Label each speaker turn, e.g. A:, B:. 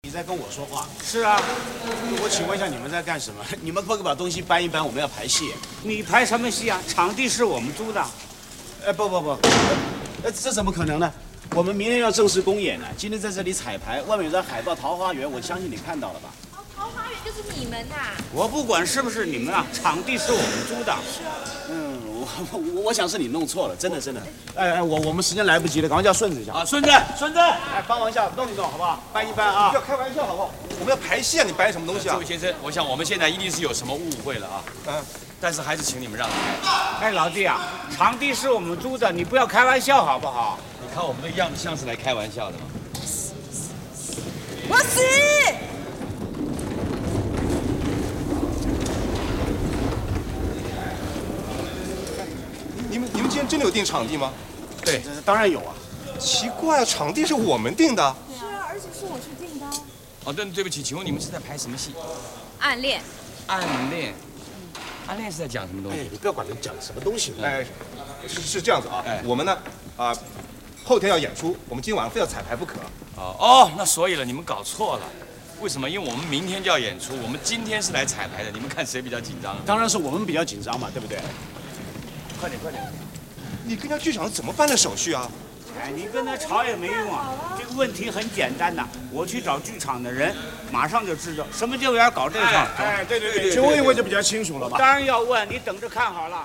A: 你在跟我说话？
B: 是啊，
A: 我请问一下，你们在干什么？ 你们不把东西搬一搬，我们要排戏。
B: 你排什么戏啊？场地是我们租的，
A: 哎，不不不，呃，这怎么可能呢？我们明天要正式公演呢，今天在这里彩排，外面有张海报《桃花源》，我相信你看到了吧？
C: 哦，桃花源就是你们呐、
B: 我不管是不是你们啊，场地是我们租的。
A: 嗯，我我我想是你弄错了，真的真的。哎哎，我我们时间来不及了，赶快叫顺子一下。
B: 啊，孙子，孙子，
A: 哎，帮忙一下，弄一弄好不好？搬一搬啊！
D: 开玩笑好不好？我们要排戏啊，你摆什么东西
E: 这位先生，我想我们现在一定是有什么误会了啊。
D: 嗯
E: 但是还是请你们让开。
B: 哎，老弟啊，场地是我们租的，你不要开玩笑好不好？
E: 你看我们的样子像是来开玩笑的吗？
C: 我死！
D: 你们你们今天真的有定场地吗？
E: 对，
A: 这当然有啊，
D: 奇怪啊，场地是我们定的。
C: 是啊，而且是我去订的。
E: 哦，对，对不起，请问你们是在拍什么戏？
C: 暗恋，
E: 暗恋。暗恋是在讲什么东西？
A: 哎你不要管他们讲什么东西了。
D: 哎，是是这样子啊
E: 哎，
D: 我们呢啊，后天要演出，我们今晚上非要彩排不可。
E: 哦哦，那所以了，你们搞错了。为什么？因为我们明天就要演出，我们今天是来彩排的。你们看谁比较紧张啊？
A: 当然是我们比较紧张嘛，对不对？
E: 快点，快点！
D: 你跟人家剧场怎么办的手续啊？
B: 哎，你跟他吵也没用啊。这个问题很简单呐、我去找剧场的人，马上就知道什么叫要搞这一场。
E: 哎，对对对
A: 就问一问就比较清楚了吧？
B: 当然要问，你等着看好了。